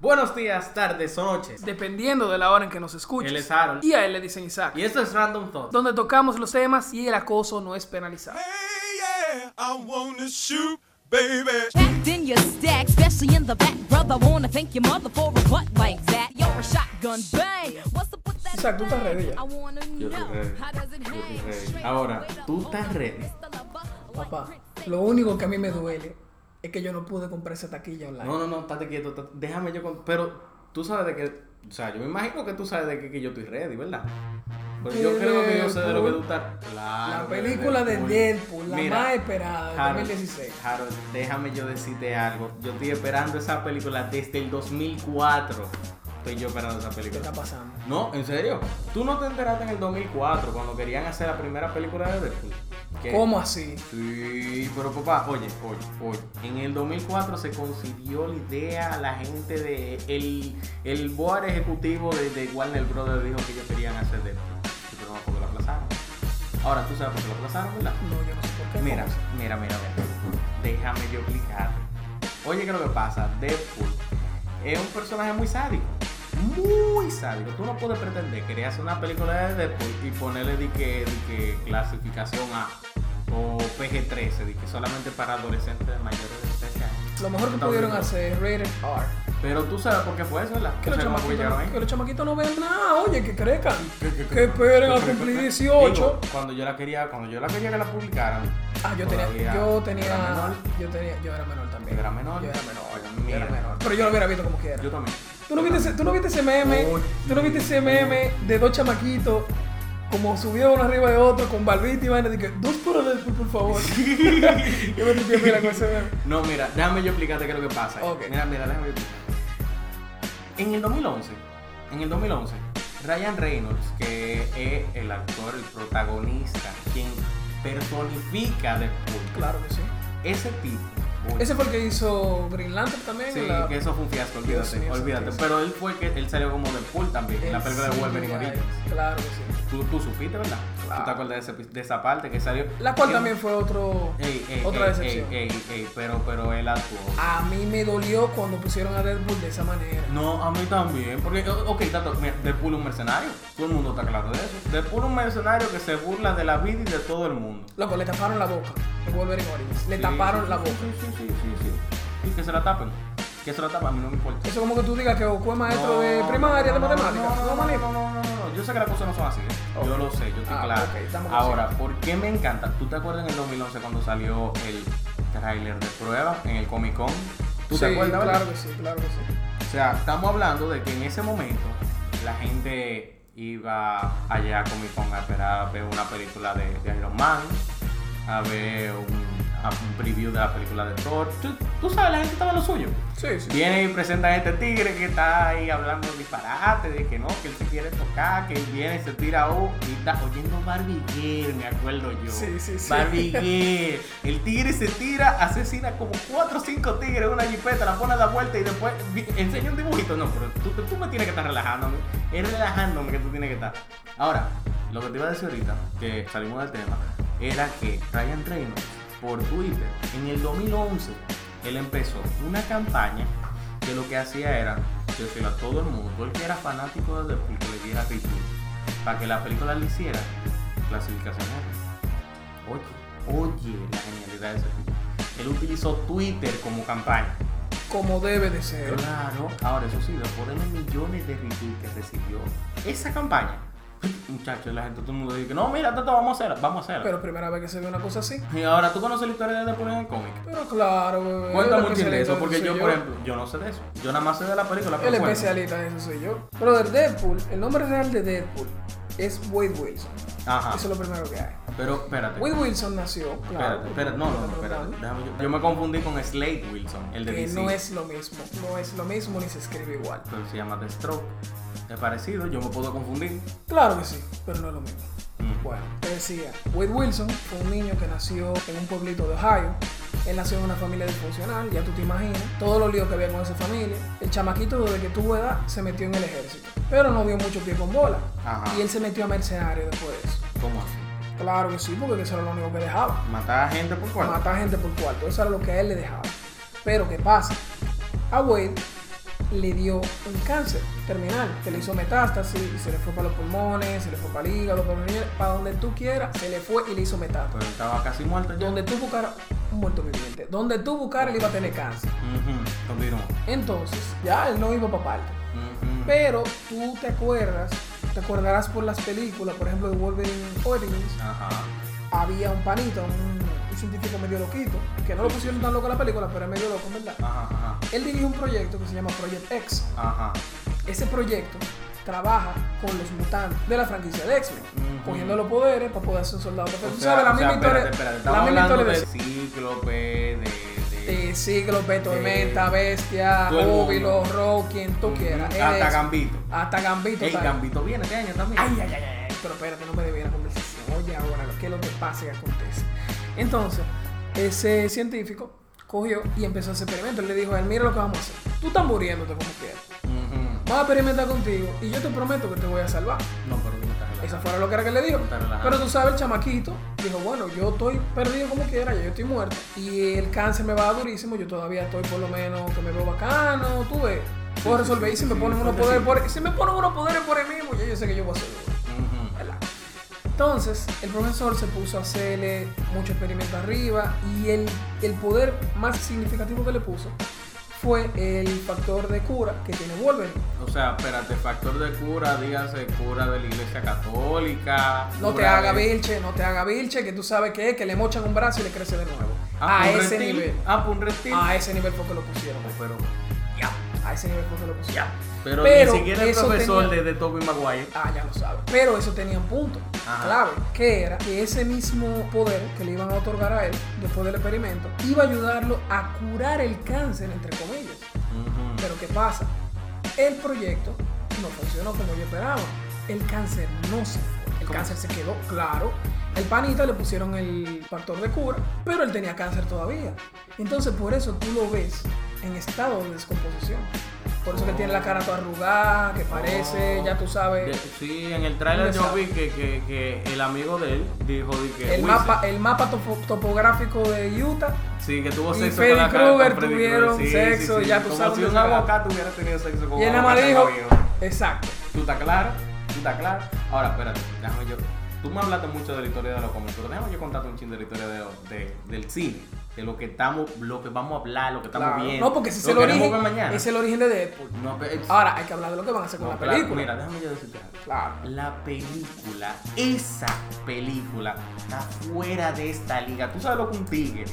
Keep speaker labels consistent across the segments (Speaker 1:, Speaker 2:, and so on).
Speaker 1: Buenos días, tardes o noches.
Speaker 2: dependiendo de la hora en que nos escuches.
Speaker 1: Él es Harold.
Speaker 2: Y a él le dicen Isaac,
Speaker 1: Y esto es Random Thoughts.
Speaker 2: donde tocamos los temas y el acoso no es penalizado.
Speaker 3: Hey, yeah, I wanna shoot, baby.
Speaker 4: Packed in your stack, especially in the back. Brother, wanna thank your mother for a butt like that. You're a shotgun bang. What's up with that?
Speaker 2: Isaac, tú estás ready ya.
Speaker 4: I wanna
Speaker 1: Yo estoy
Speaker 4: know
Speaker 1: ready.
Speaker 4: how does it
Speaker 1: Yo estoy
Speaker 4: hang?
Speaker 1: ready.
Speaker 4: Straight
Speaker 1: Ahora,
Speaker 4: with a
Speaker 1: tú estás
Speaker 4: hole.
Speaker 1: ready.
Speaker 4: Mr. Lover, like
Speaker 2: Papá,
Speaker 4: Prince
Speaker 2: lo único que a mí me duele es que yo no pude comprar esa taquilla online.
Speaker 1: No, no, no, estate quieto. estate- Déjame yo. con- Pero tú sabes de qué. O sea, yo me imagino que tú sabes de qué que yo estoy ready, ¿verdad? Pero yo creo que yo sé de lo que tú estás. Claro,
Speaker 2: Eh, la película de
Speaker 1: Deadpool.
Speaker 2: Deadpool, la
Speaker 1: Mira,
Speaker 2: más esperada de
Speaker 1: Harold,
Speaker 2: 2016.
Speaker 1: Harold, déjame yo decirte algo. Yo estoy esperando esa película desde el 2004. Estoy yo esperando esa
Speaker 2: ¿Qué está
Speaker 1: película.
Speaker 2: pasando?
Speaker 1: No, en serio. Tú no te enteraste en el 2004 cuando querían hacer la primera película de Deadpool. Que-
Speaker 2: ¿Cómo así?
Speaker 1: Sí, pero papá, oye, oye, oye. En el 2004 se consiguió la idea, la gente de. El, el board ejecutivo de, de Warner Brothers dijo que ellos querían hacer de Sí, pero no porque lo aplazaron. Ahora tú sabes por qué lo aplazaron, ¿verdad?
Speaker 2: No, yo no sé por qué.
Speaker 1: Mira, mira, mira, mira. Déjame yo explicar. Oye, ¿qué es lo que pasa? Deadpool es un personaje muy sádico. Muy sádico. Tú no puedes pretender que hacer una película de Deadpool y ponerle di que, di que clasificación A o PG-13, di que solamente para adolescentes de mayores de 13 años.
Speaker 2: Lo mejor que
Speaker 1: Está
Speaker 2: pudieron
Speaker 1: bien.
Speaker 2: hacer es Rated R.
Speaker 1: Pero tú sabes por qué fue eso, ¿verdad? Tú
Speaker 2: Que los,
Speaker 1: sabes cómo
Speaker 2: chamaquitos,
Speaker 1: llegaron ahí.
Speaker 2: no- que los chamaquitos no vean nada, oye, que crezcan.
Speaker 1: Que- que-
Speaker 2: Que esperen a
Speaker 1: que-
Speaker 2: cumplir
Speaker 1: que-
Speaker 2: 18.
Speaker 1: Digo, cuando yo la quería, cuando yo la quería que la publicaran.
Speaker 2: Ah, yo tenía,
Speaker 1: todavía
Speaker 2: yo
Speaker 1: era
Speaker 2: tenía,
Speaker 1: menor.
Speaker 2: yo tenía, yo era menor también.
Speaker 1: Yo era menor.
Speaker 2: Yo era menor, yo
Speaker 1: Mira.
Speaker 2: era menor. Pero yo lo hubiera visto como quiera.
Speaker 1: Yo también.
Speaker 2: ¿Tú no, viste ese, tú no viste ese meme, tú no viste ese meme de dos chamaquitos como subido uno arriba de otro con barbita y vaina, de que dos por el por favor. yo me limpié mira con ese meme.
Speaker 1: No, mira, déjame yo explicarte qué es lo que pasa.
Speaker 2: Ok.
Speaker 1: Mira, mira, déjame yo explicarte. En el 2011, en el 2011, Ryan Reynolds, que es el actor, el protagonista, quien personifica a Deadpool,
Speaker 2: Claro que sí.
Speaker 1: ese tipo. oye,
Speaker 2: Ese fue el que hizo Green Lantern también.
Speaker 1: Sí,
Speaker 2: en la-
Speaker 1: que eso fue un fiasco,
Speaker 2: Dios
Speaker 1: olvídate,
Speaker 2: mío,
Speaker 1: olvídate.
Speaker 2: Dios.
Speaker 1: Pero él fue el que él salió como Deadpool también, en la
Speaker 2: el
Speaker 1: película de Wolverine
Speaker 2: CGI.
Speaker 1: Origins.
Speaker 2: Claro que sí.
Speaker 1: Tú, tú supiste, ¿verdad? ¿Tú te
Speaker 2: Claro.
Speaker 1: acuerdas de, ese- de esa parte que salió?
Speaker 2: La cual
Speaker 1: Que-
Speaker 2: también fue otro,
Speaker 1: Ey, ey,
Speaker 2: otra
Speaker 1: ey,
Speaker 2: decepción.
Speaker 1: ey, ey, ey, pero, pero él actuó.
Speaker 2: A mí me dolió cuando pusieron a Deadpool de esa manera.
Speaker 1: No, a mí también. Porque, o- ok, tanto, mira, Deadpool es un mercenario. Todo el mundo está claro de eso. Deadpool es un mercenario que se burla de la vida y de todo el mundo.
Speaker 2: Loco, le taparon la boca. En Wolverine Origins. Le
Speaker 1: Sí,
Speaker 2: taparon
Speaker 1: sí,
Speaker 2: la
Speaker 1: sí,
Speaker 2: boca.
Speaker 1: Sí, sí, sí, sí, sí. Y que se la tapen. Que se la tapen, a mí no me importa.
Speaker 2: Eso como que tú digas que Goku es maestro de
Speaker 1: No,
Speaker 2: primaria de
Speaker 1: no, no,
Speaker 2: matemáticas.
Speaker 1: No,
Speaker 2: No,
Speaker 1: no, no,
Speaker 2: manito.
Speaker 1: no, no, no, no, no. Yo sé que las cosas no son así. ¿eh? Yo
Speaker 2: Ok.
Speaker 1: lo sé, yo estoy
Speaker 2: Ah,
Speaker 1: claro.
Speaker 2: ok, estamos
Speaker 1: Ahora, ¿por qué me encanta? ¿Tú te acuerdas en el 2011 cuando salió el tráiler de prueba en el Comic Con? ¿Tú
Speaker 2: sí,
Speaker 1: te acuerdas? verdad?
Speaker 2: Claro que sí, claro que sí.
Speaker 1: O sea, estamos hablando de que en ese momento la gente iba allá a Comic Con a esperar a ver una película de, de Iron Man, a ver un, a un preview de la película de Thor. Tú, tú sabes, la gente estaba en lo suyo.
Speaker 2: Sí, sí.
Speaker 1: Viene y presenta a este tigre que está ahí hablando disparate, de que no, que él se quiere tocar, que él viene y se tira un y está oyendo Barbie Girl, me acuerdo yo.
Speaker 2: Sí, sí, sí.
Speaker 1: Barbie Girl. El tigre se tira, asesina como cuatro o cinco tigres en una jipeta, la pone a dar vuelta y después vi- enseña un dibujito. No, pero tú, tú me tienes que estar relajándome. Es relajándome que tú tienes que estar. Ahora, lo que te iba a decir ahorita, que salimos del tema, era que Ryan Reynolds, por Twitter, en el 2011, él empezó una campaña que lo que hacía era decirle a todo el mundo, todo el que era fanático de Deadpool, que le diera retweet, para que la película le hiciera clasificación R. Oye, oye la genialidad de ese tipo. Él utilizó Twitter como campaña.
Speaker 2: Como debe de ser.
Speaker 1: Claro. Ahora, eso sí, después de los millones de retweets que recibió esa campaña. Muchachos, la gente, todo el mundo dice, no, mira, Tato, vamos a hacerla, vamos a hacerla.
Speaker 2: Pero primera vez que se ve una cosa así.
Speaker 1: y ahora, ¿tú conoces la historia de Deadpool en el cómic?
Speaker 2: Pero claro, bebé.
Speaker 1: Cuéntame
Speaker 2: el
Speaker 1: un chin de
Speaker 2: especialista
Speaker 1: eso, porque
Speaker 2: soy
Speaker 1: yo, por ejemplo, yo no sé de eso. Yo nada más sé de la película, pero
Speaker 2: El
Speaker 1: bueno.
Speaker 2: especialista de eso soy yo. Brother, Deadpool, el nombre real de Deadpool es Wade Wilson.
Speaker 1: Ajá.
Speaker 2: Eso es lo primero que hay.
Speaker 1: Pero, espérate.
Speaker 2: Wade Wilson nació, claro.
Speaker 1: Espérate, espérate, no, no, no, espérate. Déjame yo. Yo me confundí con Slade Wilson, el de
Speaker 2: Que
Speaker 1: DC.
Speaker 2: no es lo mismo, no es lo mismo ni se escribe igual.
Speaker 1: Pero se llama The Stroke. Es parecido, yo me puedo confundir.
Speaker 2: Claro que sí, pero no es lo mismo.
Speaker 1: Mm.
Speaker 2: Bueno, te decía, Wade Wilson fue un niño que nació en un pueblito de Ohio. Él nació en una familia disfuncional, ya tú te imaginas, todos los líos que había con esa familia. El chamaquito desde que tuvo edad se metió en el ejército, pero no dio mucho pie con bola.
Speaker 1: Ajá.
Speaker 2: Y él se metió a mercenario después de eso.
Speaker 1: ¿Cómo así?
Speaker 2: Claro que sí, porque eso era lo único que dejaba.
Speaker 1: ¿Matar a gente por cuarto?
Speaker 2: matar gente por cuarto. Eso era lo que a él le dejaba. Pero ¿qué pasa? A Wade le dio un cáncer terminal, que le hizo metástasis y se le fue para los pulmones, se le fue para el hígado, para, el riñón, para donde tú quieras, se le fue y le hizo metástasis.
Speaker 1: Pero estaba casi muerto ya.
Speaker 2: Donde tú buscaras un muerto viviente, donde tú buscaras, él iba a tener cáncer.
Speaker 1: Ujú, Continúa.
Speaker 2: Entonces, ya él no iba para parte.
Speaker 1: Ujú.
Speaker 2: Pero tú te acuerdas, te acordarás por las películas, por ejemplo, de Wolverine Origins,
Speaker 1: Ajá.
Speaker 2: había un panito, un, un científico medio loquito, que no lo pusieron tan loco en la película, pero es medio loco, en ¿verdad?
Speaker 1: Ajá,
Speaker 2: Éá dirige un proyecto que se llama Project X.
Speaker 1: ajá. Ajá.
Speaker 2: Ese proyecto trabaja con los mutantes de la franquicia de X-Men,
Speaker 1: Ujú.
Speaker 2: cogiendo los poderes para poder ser un soldado. Pero
Speaker 1: O
Speaker 2: tú
Speaker 1: sea,
Speaker 2: sabes, la
Speaker 1: o sea,
Speaker 2: misma
Speaker 1: espérate,
Speaker 2: historia.
Speaker 1: espérate.
Speaker 2: la
Speaker 1: Estamos
Speaker 2: misma
Speaker 1: hablando
Speaker 2: historia de.
Speaker 1: de Cíclope, de... de-
Speaker 2: de Cíclope, Tormenta,
Speaker 1: de-
Speaker 2: Bestia,
Speaker 1: todo el mundo.
Speaker 2: Júbilo, Rock, quien tú quieras.
Speaker 1: Hasta
Speaker 2: Eres-
Speaker 1: Gambito.
Speaker 2: Hasta Gambito.
Speaker 1: Ey,
Speaker 2: tal.
Speaker 1: Gambito viene este año también.
Speaker 2: Ay, ay, ay, ay, pero espérate, no me debía la conversación. Oye, ahora, ¿qué es lo que pasa y acontece? Entonces, ese científico cogió y empezó a hacer experimentos. Él le dijo a él, mira lo que vamos a hacer. Tú estás muriéndote como quieras.
Speaker 1: Ujú.
Speaker 2: Vamos a experimentar contigo y yo te prometo que te voy a salvar.
Speaker 1: No, pero tú no estás relajado.
Speaker 2: Esa fuera lo que era que le dijo.
Speaker 1: Está relajado.
Speaker 2: Pero tú sabes, el chamaquito dijo, bueno, yo estoy perdido como quiera, ya yo estoy muerto. Y el cáncer me va durísimo, yo todavía estoy por lo menos que me veo bacano, tú ves. Puedo resolver y si me ponen unos poderes por Si me ponen unos poderes por el mismo, ya yo sé que yo voy a hacerlo.
Speaker 1: Ujú.
Speaker 2: ¿verdad? Entonces, el profesor se puso a hacerle mucho experimento arriba y el, el poder más significativo que le puso fue el factor de cura que tiene Wolverine.
Speaker 1: O sea, espérate, factor de cura, dígase cura de la iglesia católica.
Speaker 2: No te
Speaker 1: cura
Speaker 2: haga
Speaker 1: de-
Speaker 2: vilche, no te haga vilche, que tú sabes que es, que le mochan un brazo y le crece de nuevo.
Speaker 1: Ah,
Speaker 2: a
Speaker 1: pues un
Speaker 2: ese
Speaker 1: reptil.
Speaker 2: nivel.
Speaker 1: Ah, pues un reptil.
Speaker 2: A e ese nivel fue que lo pusieron.
Speaker 1: No, Pero,
Speaker 2: A ese nivel fue que lo pusieron.
Speaker 1: pero,
Speaker 2: Pero
Speaker 1: ni siquiera el
Speaker 2: eso
Speaker 1: profesor
Speaker 2: tenía-
Speaker 1: de, de Toby Maguire.
Speaker 2: Ah, ya lo sabes. Pero eso tenía un punto
Speaker 1: Ajá.
Speaker 2: clave, que era que ese mismo poder que le iban a otorgar a él después del experimento iba a ayudarlo a curar el cáncer, entre comillas.
Speaker 1: Ujú.
Speaker 2: Pero ¿qué pasa? El proyecto no funcionó como yo esperaba. El cáncer no se fue. El
Speaker 1: ¿Cómo?
Speaker 2: cáncer se quedó claro. El panita le pusieron el factor de cura, pero él tenía cáncer todavía. Entonces, por eso tú lo ves en estado de descomposición. Por eso que tiene la cara toda arrugada, que parece,
Speaker 1: Oh.
Speaker 2: ya tú sabes.
Speaker 1: De- sí, en el tráiler yo
Speaker 2: Exacto.
Speaker 1: vi que, que, que el amigo de él dijo de que
Speaker 2: el
Speaker 1: Wilson-
Speaker 2: mapa, el mapa topo- topográfico de Utah.
Speaker 1: sí, que tuvo
Speaker 2: y
Speaker 1: sexo
Speaker 2: Freddy
Speaker 1: con la cara- con
Speaker 2: Krueger
Speaker 1: Freddy
Speaker 2: tuvieron
Speaker 1: Krueger.
Speaker 2: sexo, ya tú
Speaker 1: Como
Speaker 2: sabes
Speaker 1: si
Speaker 2: dónde
Speaker 1: una
Speaker 2: se va.
Speaker 1: abocado hubiera tenido sexo con
Speaker 2: Y él nada
Speaker 1: una
Speaker 2: más
Speaker 1: vaca en
Speaker 2: dijo.
Speaker 1: la vida.
Speaker 2: Exacto.
Speaker 1: ¿Tú estás claro? ¿Tú estás claro? Ahora, espérate, déjame yo. Tú me hablaste mucho de la historia de los cómics, pero déjame yo contarte un chingo de la historia de, lo- de- del cine, de lo que estamos, lo que vamos a hablar, lo que estamos
Speaker 2: Claro.
Speaker 1: viendo.
Speaker 2: No, porque ese es
Speaker 1: lo
Speaker 2: el
Speaker 1: que queremos
Speaker 2: origen.
Speaker 1: ver mañana.
Speaker 2: Es el origen de Deadpool.
Speaker 1: No, pe- es-
Speaker 2: Ahora hay que hablar de lo que van a hacer con
Speaker 1: no,
Speaker 2: la
Speaker 1: claro,
Speaker 2: película.
Speaker 1: Mira, déjame yo decirte algo.
Speaker 2: Claro.
Speaker 1: La película, esa película, está fuera de esta liga. Tú sabes lo que un tigre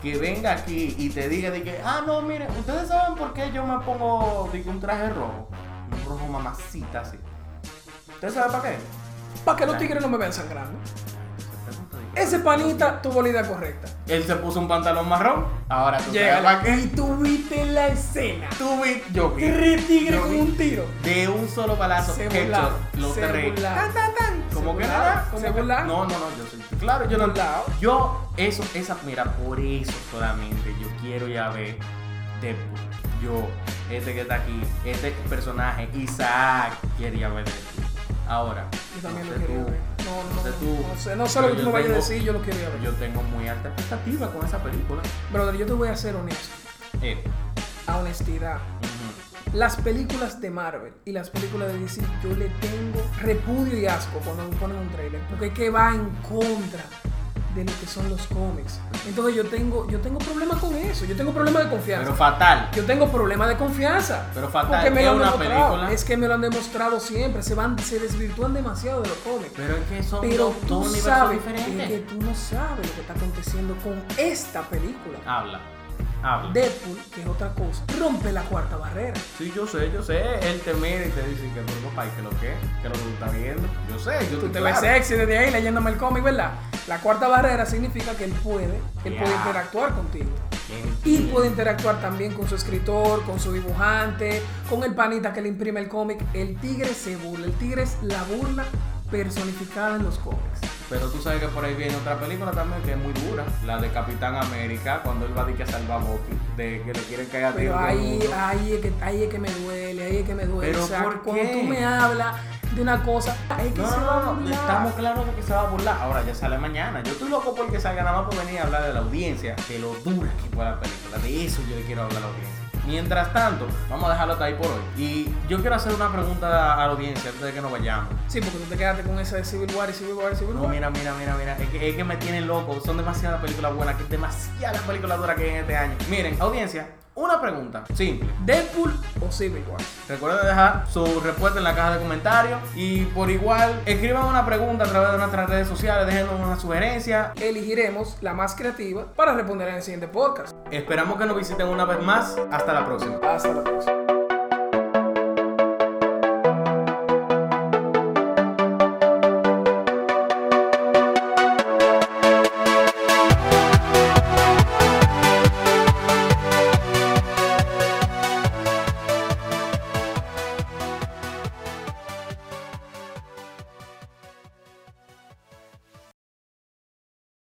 Speaker 1: que venga aquí y te diga de que, ah, no, mire, ustedes saben por qué yo me pongo de que un traje rojo, un rojo mamacita así. ¿Ustedes saben para qué?
Speaker 2: Para que los tigres no me vean sangrando.
Speaker 1: Ese-
Speaker 2: Ese panita tuvo la idea correcta.
Speaker 1: Él se puso un pantalón marrón, ahora tú sabes para
Speaker 2: Llega.
Speaker 1: qué.
Speaker 2: Y tú viste la escena.
Speaker 1: Tú vi, yo vi.
Speaker 2: Tres tigres
Speaker 1: Yo
Speaker 2: con
Speaker 1: vi.
Speaker 2: un tiro.
Speaker 1: De un solo balazo,
Speaker 2: Se
Speaker 1: headshot,
Speaker 2: burlaron.
Speaker 1: los
Speaker 2: se
Speaker 1: tres.
Speaker 2: burlaron.
Speaker 1: Como
Speaker 2: Se
Speaker 1: que
Speaker 2: burlaron,
Speaker 1: nada, como
Speaker 2: se
Speaker 1: que-
Speaker 2: burlaron.
Speaker 1: No, no, no, yo soy claro, yo no
Speaker 2: Burlado.
Speaker 1: Yo, eso, esa, mira, por eso solamente yo quiero ya ver Deadpool. Yo, este que está aquí, este personaje, Isaac, quería ver Deadpool. Ahora,
Speaker 2: Yo también
Speaker 1: no
Speaker 2: lo
Speaker 1: sé
Speaker 2: quería
Speaker 1: tú,
Speaker 2: ver. No,
Speaker 1: no sé
Speaker 2: no,
Speaker 1: tú,
Speaker 2: no. No sé, no sé lo que
Speaker 1: pero
Speaker 2: tú
Speaker 1: yo
Speaker 2: me vayas a
Speaker 1: tengo-
Speaker 2: decir, yo lo quería ver.
Speaker 1: Yo tengo muy alta expectativa con esa película.
Speaker 2: Brother, yo te voy a ser honesto.
Speaker 1: Eh,
Speaker 2: A honestidad.
Speaker 1: ujú.
Speaker 2: Las películas de Marvel y las películas de DC, yo le tengo repudio y asco cuando me ponen un trailer, porque es que va en contra de lo que son los cómics. Entonces yo tengo, yo tengo problemas con eso, yo tengo problemas de
Speaker 1: Pero
Speaker 2: confianza.
Speaker 1: fatal.
Speaker 2: Yo tengo problemas de confianza.
Speaker 1: Pero fatal,
Speaker 2: porque me
Speaker 1: es
Speaker 2: lo han
Speaker 1: una
Speaker 2: demostrado.
Speaker 1: película.
Speaker 2: Es que me lo han demostrado siempre. Se van, se desvirtúan demasiado de los cómics.
Speaker 1: Pero es que son
Speaker 2: Pero
Speaker 1: dos,
Speaker 2: tú
Speaker 1: dos universos
Speaker 2: sabes
Speaker 1: diferentes.
Speaker 2: que tú no sabes lo que está aconteciendo con esta película.
Speaker 1: Habla, habla.
Speaker 2: Deadpool, que es otra cosa, rompe la cuarta barrera.
Speaker 1: Sí, yo sé, yo sé. Él te mira y te dice que no, papá, y que lo que, que lo que tú estás viendo. Yo sé, yo
Speaker 2: Tú te
Speaker 1: claro.
Speaker 2: ves sexy desde ahí leyéndome el cómic, ¿verdad? La cuarta barrera significa que él puede, él
Speaker 1: Ya.
Speaker 2: puede interactuar contigo. Y
Speaker 1: Entiendo.
Speaker 2: puede interactuar también con su escritor, con su dibujante, con el panita que le imprime el cómic. El tigre se burla, el tigre es la burla personificada en los cómics.
Speaker 1: Pero tú sabes que por ahí viene otra película también que es muy dura, la de Capitán América, cuando él va a decir que salva a Bucky, de que le quieren caer a tiro
Speaker 2: Pero
Speaker 1: todo el
Speaker 2: ahí,
Speaker 1: mundo.
Speaker 2: ahí, es que, ahí es que me duele, ahí es que me duele.
Speaker 1: Pero
Speaker 2: O sea,
Speaker 1: ¿por
Speaker 2: cuando
Speaker 1: qué?
Speaker 2: tú me hablas de una cosa, ahí es que
Speaker 1: No,
Speaker 2: se va a
Speaker 1: no, no, no,
Speaker 2: burlar.
Speaker 1: estamos claros de que se va a burlar. Ahora ya sale mañana. Yo estoy loco porque salga nada más por venir a hablar de la audiencia, de lo dura que fue la película. De eso yo le quiero hablar a la audiencia. Mientras tanto, vamos a dejarlo hasta ahí por hoy. Y yo quiero hacer una pregunta a la audiencia antes de que nos vayamos.
Speaker 2: Sí, porque tú te quedaste con esa de Civil War y Civil War y Civil
Speaker 1: No,
Speaker 2: War.
Speaker 1: mira, mira, mira, mira. Es que, es que me tienen loco. Son demasiadas películas buenas, que demasiadas películas duras que hay en este año. Miren, audiencia, una pregunta simple.
Speaker 2: Deadpool o Civil War.
Speaker 1: Recuerden dejar su respuesta en la caja de comentarios y por igual escriban una pregunta a través de nuestras redes sociales, déjenos una sugerencia.
Speaker 2: Elegiremos la más creativa para responder en el siguiente podcast.
Speaker 1: Esperamos que nos visiten una vez más. Hasta la próxima.
Speaker 2: Hasta la próxima.